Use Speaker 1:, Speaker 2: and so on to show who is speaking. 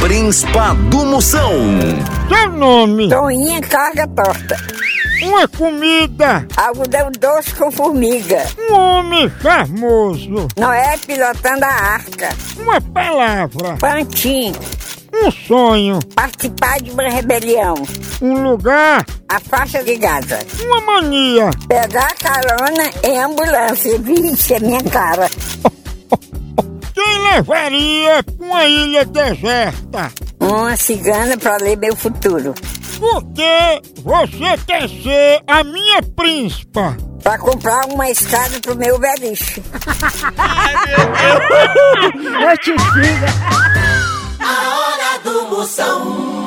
Speaker 1: Príncipa do Moção.
Speaker 2: Seu nome,
Speaker 3: Torrinha carga torta.
Speaker 2: uma comida,
Speaker 3: Algodão doce com formiga.
Speaker 2: um homem charmoso,
Speaker 3: Noé pilotando a arca.
Speaker 2: uma palavra,
Speaker 3: Pantin.
Speaker 2: um sonho,
Speaker 3: Participar de uma rebelião.
Speaker 2: um lugar,
Speaker 3: A faixa de Gaza.
Speaker 2: uma mania.
Speaker 3: Pegar carona em ambulância. Vixe, é minha cara.
Speaker 2: Quem levaria pra uma ilha deserta?
Speaker 3: Uma cigana pra ler meu futuro.
Speaker 2: Porque você quer ser a minha príncipa.
Speaker 3: Pra comprar uma escada pro meu beliche.
Speaker 4: A hora do Moção.